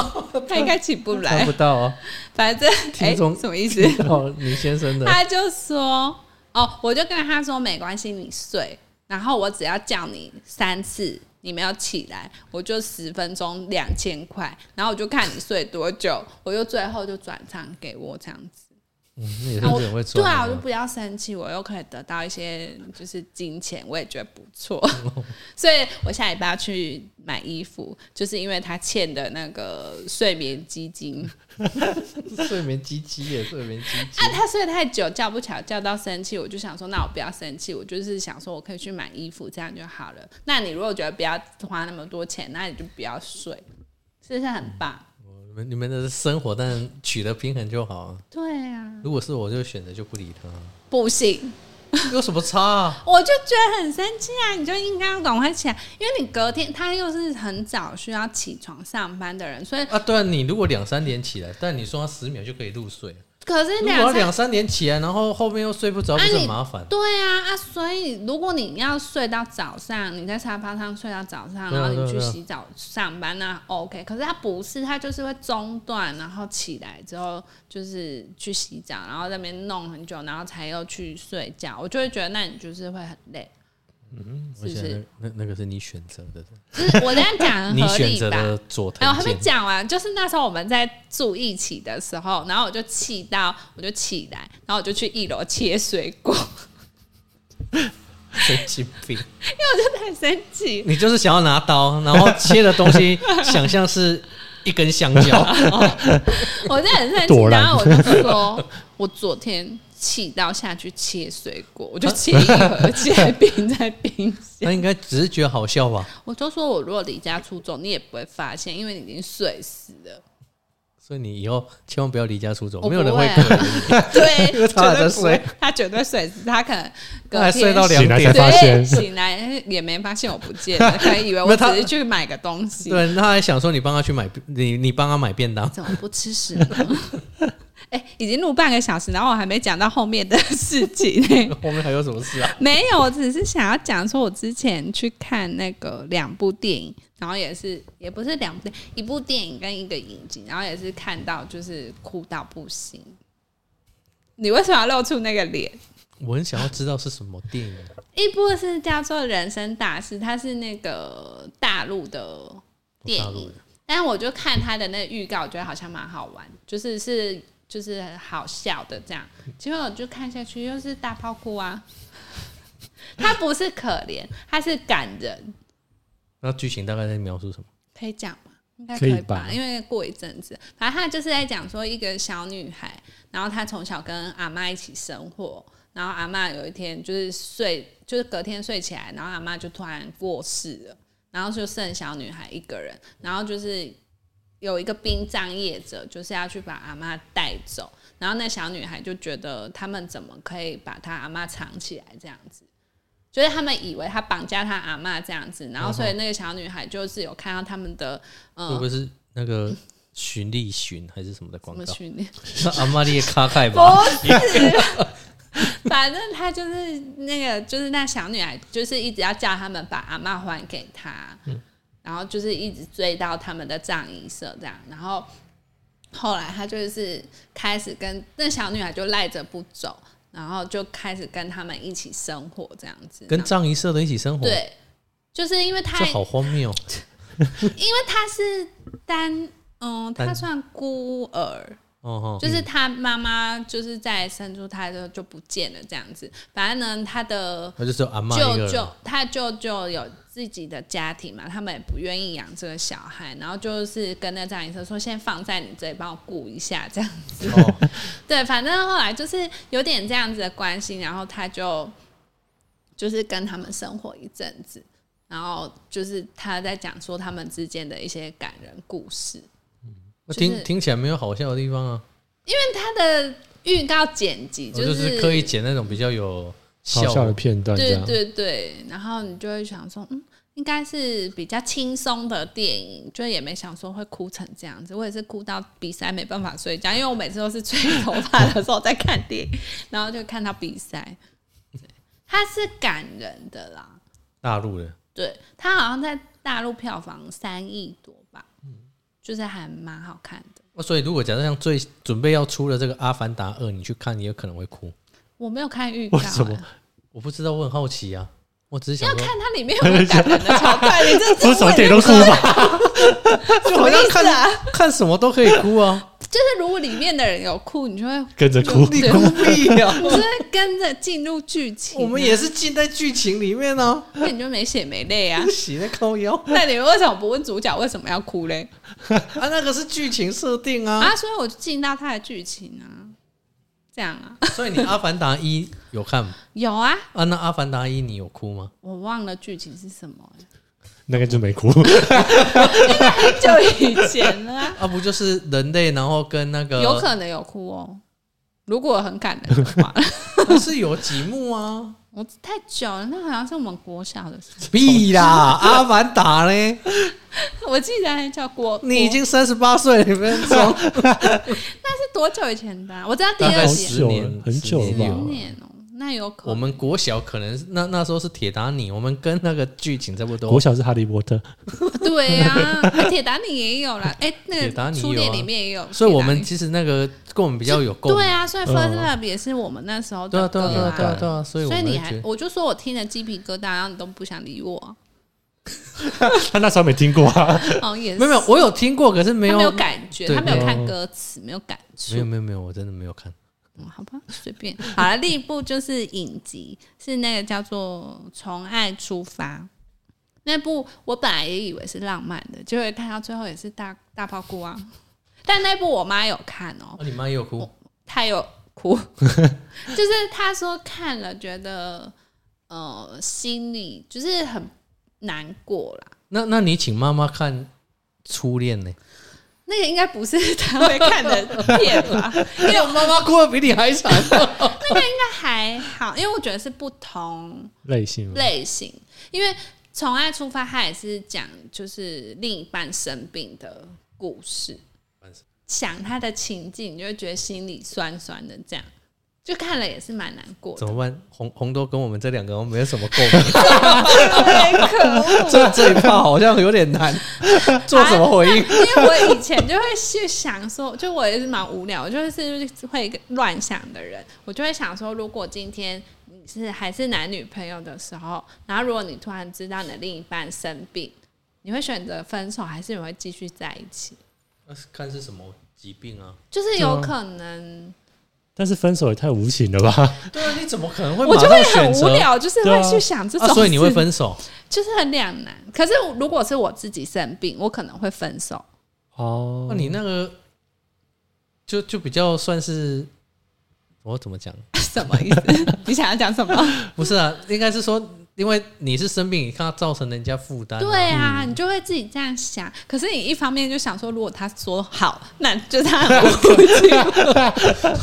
他应该起不
看
来
不，到啊，
反正哎、
听众
什么意思？
听到林先生 的，
他就说：“哦，我就跟他说没关系，你睡，然后我只要叫你三次，你没有起来，我就十分钟两千块，然后我就看你睡多久，我就最后就转账给我这样子。
嗯，那也是
啊我
很会做
对
的
啊，我就
嘛。
不要生气，我又可以得到一些就是金钱，我也觉得不错。所以我下礼拜要去买衣服，就是因为他欠的那个睡眠基金。”
睡眠鸡鸡耶，睡眠鸡
啊，
鸡。
他睡太久叫不起来，叫到生气，我就想说，那我不要生气，我就是想说我可以去买衣服，这样就好了。那你如果觉得不要花那么多钱，那你就不要睡，是不是很棒？
哦你们你们的生活，但取得平衡就好啊。
对啊，
如果是我，就选择就不理他，啊
不行，
有什么差啊？
我就觉得很生气啊！你就应该要赶快起来，因为你隔天他又是很早需要起床上班的人，所以
啊，对啊，你如果两三点起来，但你说他十秒就可以入睡，啊
可是
如果
两
要
三
两三点起来，然后后面又睡不着，不
啊
是
你
很麻烦？
对啊啊，所以如果你要睡到早上，你在沙发上睡到早上，
对啊
然后你
对啊
去
对啊
洗澡上班，那 OK。可是他不是，他就是会中断，然后起来之后就是去洗澡，然后在那边弄很久，然后才又去睡觉。我就会觉得，那你就是会很累。
我
是不
想
是
那那那个是你选择的，
就是我这 样讲很
你
合
选
理
择
吧？
的佐
哎，我
藤
还没
健。
讲完，就是那时候我们在住一起的时候，然后我就气到，我就起来，然后我就去一楼切水果，
神经病！
很生气。
你就是想要拿刀，然后切的东西想象是一根香蕉。
我真的很生气，
躲懒
然后我就说，我昨天气到下去切水果，我就切一盒切冰在冰箱。
他应该只是觉得好笑吧？
我就说我如果离家出走，你也不会发现，因为你已经睡死了。
所以你以后千万不要离家出走，
我
没有人
不
会
会
可怜你。
啊 对，
因为他还在
绝对不
睡
会，他绝对睡死，他可能隔
他还
天
睡到两
醒来才
点，
发
对，
现
醒来也没发现我不见 了，可能以为
没
我
有他
只是去买个东西，
对，他还想说你帮他去买，你你帮他买 便当。
怎么不吃屎呢？ 哎、已经录半个小时，然后我还没讲到后面的事情、
后面还有什么事啊？
没有，我只是想要讲说，我之前去看那个两部电影，然后也是也不是两部电影，一部电影跟一个影集，然后也是看到就是哭到不行。你为什么要露出那个脸？
我很想要知道是什么电影。
一部是叫做《人生大事》，它是那个大陆的电
哦大陆
影
的，
但我就看它的那个预告，我觉得好像蛮好玩，就是是就是好笑的这样。结果我就看下去，又是大炮哭啊！ 它不是可怜，它是感人，
那剧情大概在描述什么？
可以讲吗？应该
可以
以吧
吧，
因为过一阵子，反正他就是在讲说一个小女孩，然后她从小跟阿妈一起生活，然后阿妈有一天就是睡，就是隔天睡起来，然后阿妈就突然过世了，然后就剩小女孩一个人，然后就是有一个殡葬业者就是要去把阿妈带走，然后那小女孩就觉得他们怎么可以把她阿妈藏起来这样子。就是他们以为她绑架她阿妈这样子，然后所以那个小女孩就是有看到他们的嗯
会不会是那个循例循还是什么的
怎
广
么
告？
训练？
那 阿玛利卡凯
不
吧？
是， 反正他就是那个，就是那小女孩，就是一直要叫他们把阿嬷还给他，
嗯
然后就是一直追到他们的葬仪社这样，然后后来他就是开始跟那小女孩就赖着不走，然后就开始跟他们一起生活这样子，
跟
然后
葬仪社的一起生活，
对，就是因为他
这好荒 谬哦。
因为他是单。嗯，他
单
算孤儿，
哦，
就是他妈妈就是在生出他之后就不见了这样子。反正呢，他的
那就是阿妈一个
舅
人
舅，他舅舅有自己的家庭嘛，他们也不愿意养这个小孩，然后就是跟那张医生说，先放在你这里帮我顾一下这样子。
哦，
对，反正后来就是有点这样子的关系，然后他就就是跟他们生活一阵子，然后就是他在讲说他们之间的一些感人故事。
那
就
听
是
听起来没有好笑的地方啊。
他的预告剪辑
我
就
哦就是
是
刻意剪那种比较有
好笑的
的。
片段这
对
样。
对对，然后你就会想说，嗯，应该是比较轻松的电影，就也没想说会哭成这样子。我也是哭到鼻塞没办法睡觉，因为我每次都是吹头发的时候在看电影，然后就看到鼻塞。对，它是感人的啦，
大陆的，
对，它好像在大陆票房三亿多吧，就是还蛮好看的。
那哦所以如果假设像最准备要出的这个《阿凡达二》，你去看，你有可能会哭。
我没有看预告、
为什么
哎
我不知道，我很好奇啊，我只是想
要
说，
看它里面 有没有感人的桥段，你这
我什么点都哭吧，
什么意思啊？
看什么都可以哭啊，
就是如果里面的人有哭，你就会
跟着哭。
你哭屁呀、
你就会跟着进入剧情、
我们也，是进在剧情里面啊，
那你就没血没泪啊
不。 洗在靠腰啊，
那你为什么不问主角为什么要哭嘞？
那个是剧情设定啊。
啊，所以我就进到他的剧情啊，这样 啊，
所以你《阿凡达一》有看吗？
有啊，
啊，那《阿凡达一》你有哭吗？
我忘了剧情是什么 了、
那个就 没哭，
很久以前了、 啊，
啊，不就是人类，然后跟那个
有可能有哭哦。如果很感人的话，
不是有几幕啊？
我太久了，那好像是我们国小的时
屁 啦，《阿凡达》嘞，
候， 我记得还叫国，
你已
国
经三十八岁，你们装
那是多久以前的啊、我知道第
大概
二
十
集
十年，
很久了
十
很
十
吧
年有
年哦，那有可能
我们国小可能是那那时候是铁达尼，我们跟那个剧情差不多。
国小是哈利波特，
对啊，哎铁达尼也有啦，哎、
铁
那
达
个
尼有
初
啊
恋里面也有，
所以我们
铁达
其实那个跟我们比较有
尼
共鸣。
对啊，所以 First
嗯
Love 也是我们那时候
对啊，
的歌
对啊，对啊，对啊，对啊，所以我
所以
们
你
会
还
觉，得
我就说我听了鸡皮疙瘩，然后你都不想理我，
他那时候没听过 啊。
哦，也是
没有没有，我有听过，可是没
他
有
没有感觉，
对
他没有
没有
看歌词，没有感触
没有，没有没有，我真的没有看。
嗯好吧，随便。好了，另一部就是影集，是那个叫做《从爱出发》，那部我本来也以为是浪漫的，结果看到最后也是大大爆哭啊！但那部我妈有看哦、
哦，你妈也有哭，
她有哭， 就是她说看了觉得呃心里就是很难过啦。
那那你请妈妈看初恋呢？
那个应该不是她会看的片 吧？因为我
妈妈哭的比你还惨，
那个应该还好，因为我觉得是不同
类型吗
类型，因为《从爱出发》它也是讲就是另一半生病的故事，想他的情境，你就会觉得心里酸酸的，这样就看了也是蛮难过
怎
的。
么办？红红豆跟我们这两个我没有什么共鸣，
可恶！
这这一趴好像有点 难，做什么回应？
啊因为我以前就会去想说，就我也是蛮无聊，我就是会乱想的人，我就会想说，如果今天你是还是男女朋友的时候，然后如果你突然知道你的另一半生病，你会选择分手，还是你会继续在一起？
那是看是什么疾病啊？
就是有可能，
但是分手也太无情了 吧？
对啊，你怎么可能会
我
马
就会
上
很
选
无
择？
聊，就是
对
会
啊
去想这种、嗯
啊，所以你会，分手？
就是很两难。可是如果是我自己生病，我可能会分手。
哦，
那你那个就就比较算是我怎么讲？
什么意思？你想要讲什么？
不是啊，应该是说，因为你是生病，你看他造成人家负担、啊。
对啊，你就会自己这样想。可是你一方面就想说，如果他说好，那就是他很 无情。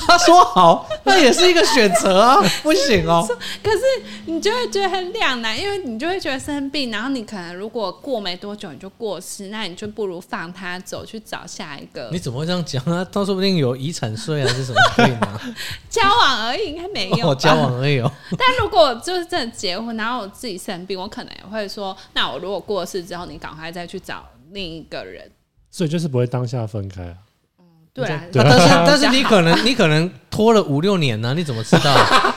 他说好，那也是一个选择啊，不行哦。
可 是你就会觉得很两难，因为你就会觉得生病，然后你可能如果过没多久你就过世，那你就不如放他走，去找下一个
你怎么会这样讲啊？他说不定有遗产税啊还是什么可以拿？
交往而已，应该没有啊吧、
哦，交 往而已哦。
但如果就是真的结婚，然后我自己生病，我可能也会说，那我如果过世之后，你赶快再去找另一个人。
所以就是不会当下分开啊。
对啊，
啊但是但是你可 能你可能拖了五六年呢、你怎么知道？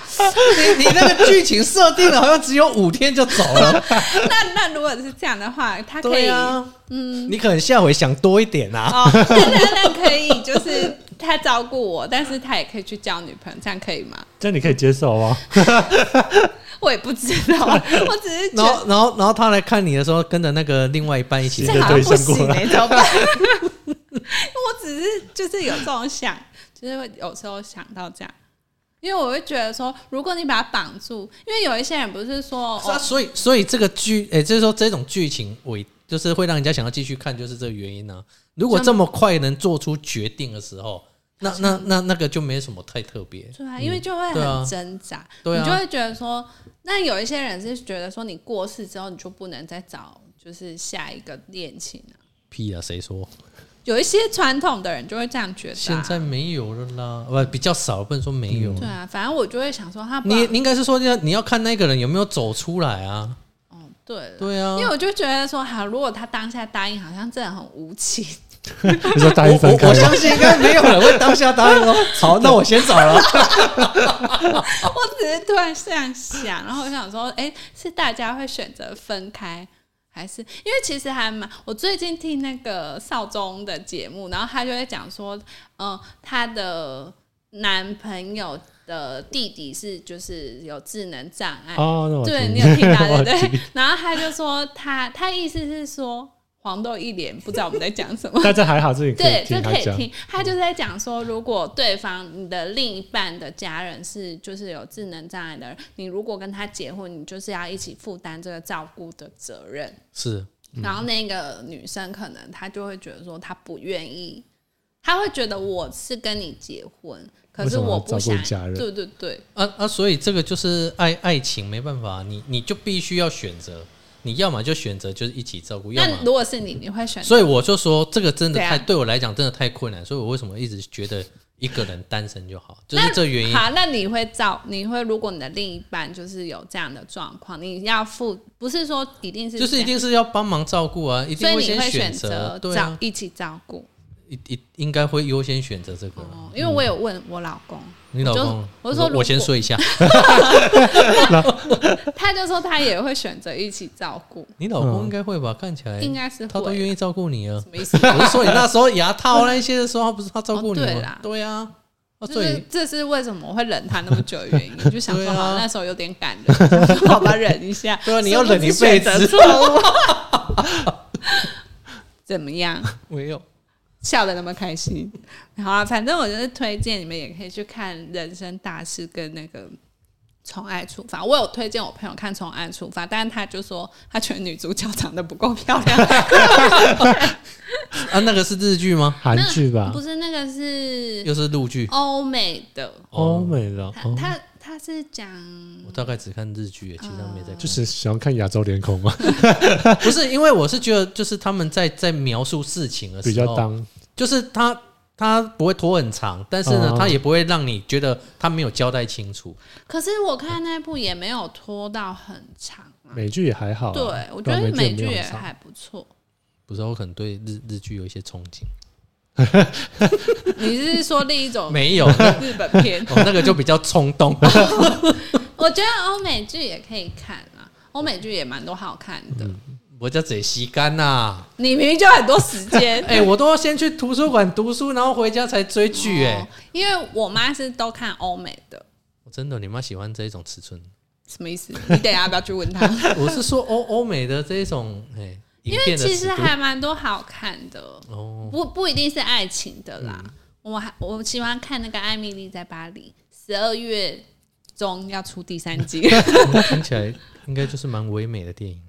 你你那个剧情设定了，好像只有五天就走了。
那那如果是这样的话，他 可
对
以、
啊，嗯，你可能下回想多一点啊。
哦，那那那可以，就是他照顾我，但是他也可以去交女朋友，这样可以吗？
这样你可以接受 吗？
我也不知道， 我只是觉得
然后然后然后他来看你的时候，跟着那个另外一半一起
这
你的
好像
对
不
象过
行
来
哎、怎么办？ 我只是就是有这种想，就是会有时候想到这样。因为我会觉得说，如果你把他绑住，因为有一些人不是说，
是啊，
哦、
所以所以这个剧，诶、就是说这种剧情，我就是会让人家想要继续看，就是这个原因呢、如果这么快能做出决定的时候，那那那那个就没什么太特别。
对啊，因为就会
对啊
很挣扎，
对啊
你就会觉得说，那有一些人是觉得说，你过世之后你就不能再找就是下一个恋情了、
屁啊，谁说？
有一些传统的人就会这样觉得、啊。
现在没有了啦，不比较少，不能说没
嗯
有。
对啊，反正我就会想说他不
你你应该是说要你要看那个人有没有走出来啊？
哦对了
对啊，
因为我就觉得说，好，如果他当下答应，好像真的很无情。
你说答应
我
分
我
开
我
吗？
相信应该没有人会当下答应说好，那我先 走了。哦
我只是突然这样想，然后我想说，哎、是大家会选择分开，还是因为其实还蛮……我最近听那个少宗的节目，然后他就会讲说，嗯、她的男朋友的弟弟是就是有智能障碍，
哦，那我
对
听
你有听到
我
对不
听
对？然后他就说他他意思是说黄豆一脸不知道我们在讲什么。
但这还好，这你可
对
以，
这
听他
可以
讲。
听。他就是在讲说，如果对方你的另一半的家人是就是有智能障碍的人，你如果跟他结婚，你就是要一起负担这个照顾的责任。
是，
嗯
然后那个女生可能她就会觉得说，她不愿意，她会觉得我是跟你结婚，可
为
是
什么要
我不
照顾
想
家人
对对对，
啊啊，所以这个就是爱爱情没办法，你你就必须要选择，你要么就选择就是一起照顾，要
那
么。
如果是你，你会选择？
所以我就说，这个真的太
对啊
对我来讲真的太困难，所以我为什么一直觉得一个人单身就好，就是这原因。
好，那你会照？你会如果你的另一半就是有这样的状况，你要负，不是说一定是
就是
这
一
样，
定是要帮忙照顾啊，一定
所以你
先
会选
择，
择
对
照
啊，
一起照顾。
一一应该会优先选择这个啊。
哦，因为我有问我老公，
你老
就
公，
我就说如
我先
果
睡 一下。
他就说他也会选择一起照顾，
你老公应该会吧？看起来
应该是
哎他都
会
愿意照顾你啊
什。么意思？
我是说你那时候牙套那一些的时候，他不是他照顾你
哦对
吗
啦？
对啊，哦，
就
所以
是这是为什么我会忍他那么久的原 因，就想说
对啊
好那时候有点感人，想 说好吧，忍一下。
对啊你要忍一辈子
是不是选择 错误。怎么样？
没有
笑的那么开心。好啊，反正我就是推荐你们也可以去看《人生大事》跟那个《宠爱处罚》。我有推荐我朋友看《宠爱处罚》，但是他就说他觉得女主角长得不够漂 亮。
啊，那个是日剧吗？
韩剧吧
不，是那个是
又是陆剧？
欧美的，
欧美的，
他
哦
他他是讲嗯
我大概只看日剧耶，其他没在看。
就是喜欢看亚洲脸孔 嘛，啊
不是因为我是觉得，就是他们在在描述事情的时
比
候，
较当
就是他他不会拖很长，但是呢
哦，
他也不会让你觉得他没有交代清楚。
可是我看那部也没有拖到很长啊。
美剧也还好啊。
对，我觉得美
对美
剧
剧也没有
也
很长
还不错。
不知道我可能对日日剧有一些憧憬，
你是说另一种
没有，哦，
日本片？
那个就比较冲动。
我觉得欧美剧也可以看啊，欧美剧也蛮多好看的。
我叫嘴吸干呐，
你明明就很多时间，
哎，我都要先去图书馆读书，然后回家才追剧，哎
哦，因为我妈是都看欧美的，
我真的你妈喜欢这种尺寸。
什么意思？你等一下要不要去问 她？
我是说欧欧美的这一种，哎，影
因为
片的
其
尺
实
度
还蛮多好看的，
哦，嗯
不不一定是爱情的啦。我还我喜欢看那个《艾米丽在巴黎》，十二月中要出第三 季。
听起来应该就是蛮唯美的 电影。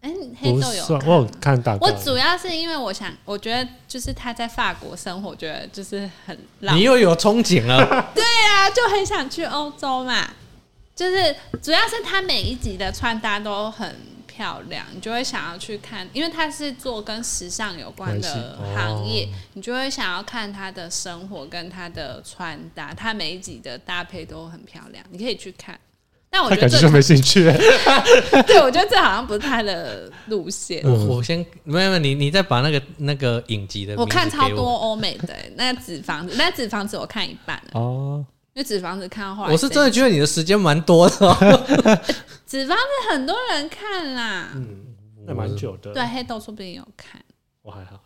哎、你黑
不
豆有
算，
看
我有
吗
看大
我
概。
主要是因为我想，我觉得就是他在法国生活，觉得就是很浪
你又有憧憬 了，
啊，就很想去欧洲嘛。就是主要是他每一集的穿搭都很漂亮，你就会想要去看，因为他是做跟时尚有关的
关系
行业，
哦
你就会想要看他的生活跟他的穿搭，他每一集的搭配都很漂亮，你可以去看。但我
他
觉得
感觉
这
就，没兴趣，
对我觉得这好像不是他的路线。
我我先没有没有你，你再把那个那个影集的
我
名字
看
给
超多，欧美的、欸，那纸房子，那纸房子我看一半 了，
哦，
因为纸房子看到后来，
我是真的觉得你的时间蛮多的 哦，
纸房子很多人看啦，
嗯那蛮久的。
对，黑豆说不定有看，
我还好，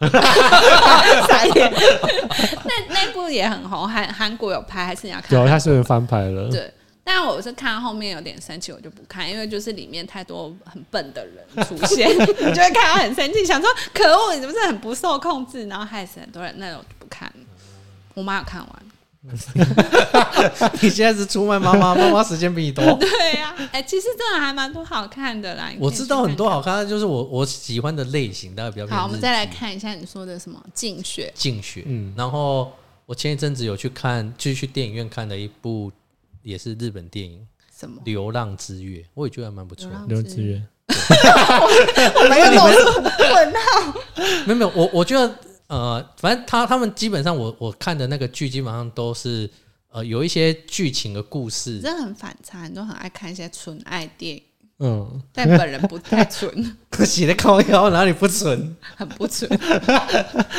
那那部也很红，韩韩国有拍，还是你要看？
有他是翻拍了，
对，但我是看到后面有点生气，我就不看，因为就是里面太多很笨的人出现， 你就会看到很生气，想说可恶，你怎么是很不受控制，然后害死很多人，那种我就不看了。我妈有看完，
你现在是出卖妈妈，妈妈时间 比你多。
对呀、哎、其实真的还蛮多好看的啦。你可以
我知
去
道
看
很多好看，就是我我喜欢的类型，大概比较偏
好，我们
日
再来
剧
看一下你说的什么竞选
竞选。
嗯
然后我前一阵子有去看，就去电影院看了一部也是日本电影
什么？
《流浪之月》，我也觉得还蛮不错
流。浪
刘志远
哦
我没有问他，
没有没有，我我觉得呃，反正他他们基本上我我看的那个剧基本上都是呃有一些剧情的故
你
事，
真的很反差，你都很爱看一些纯爱电影，
嗯，
但本人不太纯，
写的靠腰哪里不纯？
很不 纯。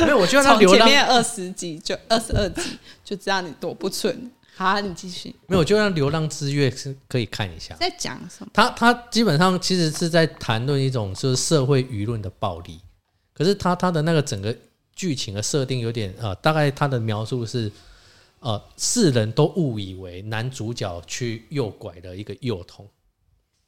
没有，我觉得他
从
流
前
浪
面二十集就二十二集就知道你多不纯。好、啊，你继续
没有，我觉得《流浪之月》是可以看一下。
在讲什么？
他他基本上其实是在谈论一种就是社会舆论的暴力，可是他他的那个整个剧情的设定有点呃，大概他的描述是呃，世人都误以为男主角去诱拐了一个幼童，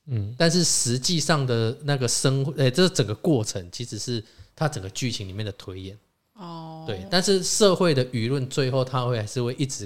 嗯，但是实际上的那个生活，呃、这整个过程其实是他整个剧情里面的推演，
哦，
对，但是社会的舆论最后他会还是会一直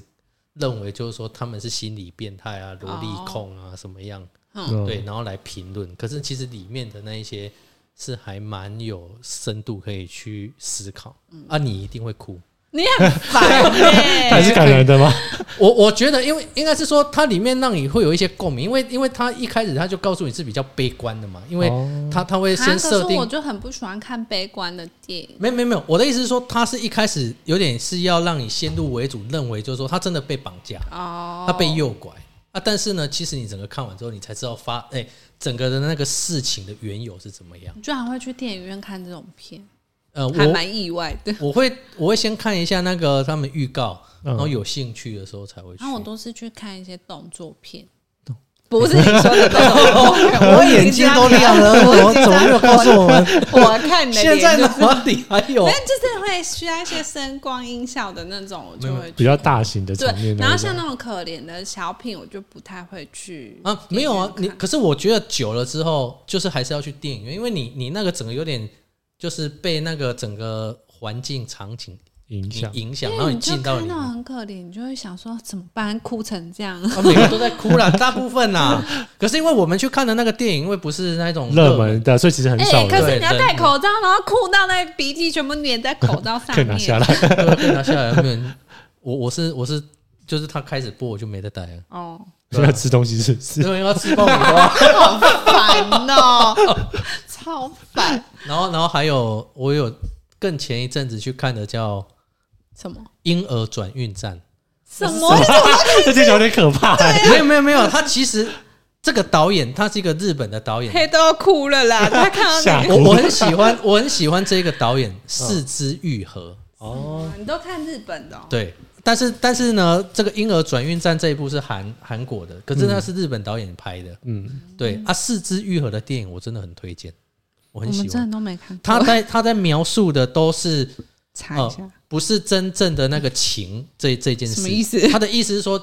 认为就是说他们是心理变态啊、萝莉
哦
控啊、什么样。
嗯
对，，然后来评论。可是其实里面的那一些是还蛮有深度，可以去思考、
嗯
啊。你一定会哭，
你很烦欸耶、
他也是感人的吗？
我我觉得，因为应该是说它里面让你会有一些共鸣，因为因为它一开始它就告诉你是比较悲观的嘛，因为
哦
它它会
啊
先设
可是
定
我。就很不喜欢看悲观的电影。
没有没有没有，我的意思是说，它是一开始有点是要让你先入为主，认为就是说他真的被绑架，
哦，
他被诱拐啊。但是呢，其实你整个看完之后，你才知道发哎、整个的那个事情的缘由是怎么样。
你居然会去电影院看这种片，
呃，
还
我
蛮意外 的。
我会我会先看一下那个他们预告，
嗯
然后有兴趣的时候才会去。
然后我都是去看一些动作片，不是你说的那 种，
哎我眼睛都亮了， 我怎么没有告诉我们？
我看你的
现
脸就
在哪里还有
那？就是会需要一些声光音效的那种，我就会
比较大型的场
对
面。。
然后像那种可怜的小品，我就不太会去
啊，没有啊，
电
你
影院看
可是我觉得久了之后，就是还是要去电影院，因为你你那个整个有点就是被那个整个环境场景
影响，
影响，
因
啊然
为
后
你就
进到
看
里面
到，很可怜，你就会想说怎么办？哭成这样，
啊，每个都在哭啦，大部分啦。 可是因为我们去看的那个电影，因为不是那种
热门啊的，所以其实很少
哎可
人
是你要戴口罩，然后哭到那鼻涕全部粘在口罩上
可以拿下
面。
来。
热门，被啊拿下来没有人。我我是我是，就是他开始播我就没得待了，
哦，
所以要吃东西是不是？
因为要吃爆米花。
好烦 哦，超烦！
然后然后还有我有更前一阵子去看的叫《
什么
婴儿转运站》。
什么？
这听起来有点可怕欸。
没有没有没有，他其实这个导演他是一个日本的导演，
黑都要哭了啦！他看到
吓
你，
我我很喜欢我很喜欢这个导演四肢愈合，
哦，
你都看日本的哦。
对，但是但是呢，这个婴儿转运站这一部是韩韩国的，可是那是日本导演拍的，
嗯，
对啊，四肢愈合的电影我真的很推荐，我
我
很喜
们真
欢。
的都没看过。
他在他在描述的都是
查一下，
不是真正的那个情这这件事，
什么意思
他的意思是说，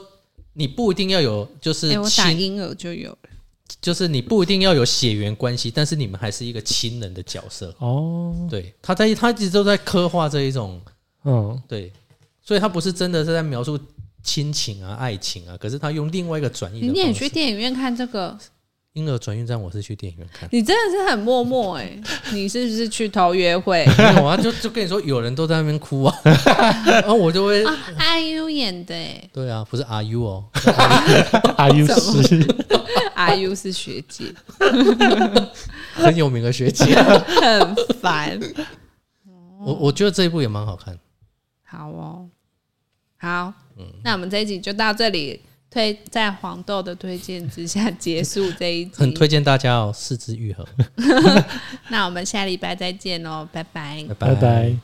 你不一定要有就是
哎，我打
亲
婴儿就有了。
就是你不一定要有血缘关系，但是你们还是一个亲人的角色。
哦，
对，他在他一直都在刻画这一种
嗯，
对，所以他不是真的是在描述亲情啊、爱情啊，可是他用另外一个转移
你
的
你也
方
去
式。
电影院看这个？。
婴儿转运站，我是去电影院看
你真的是很默默哎、你是不是去偷约会？
没有啊，就就跟你说，有人都在那边哭啊， 然后我就 会，
啊，IU 演的哎、
对啊，不是 Are you 哦，
阿 U 是
i u 是学姐，
很有名的学姐。
很烦。
我我觉得这一部也蛮好看，
好哦，好，那我们这一集就到这里，推在黄豆的推荐之下结束这一
很
集。
推荐大家哦，四肢愈合，
那我们下礼拜再见喽，拜拜。
拜
拜拜。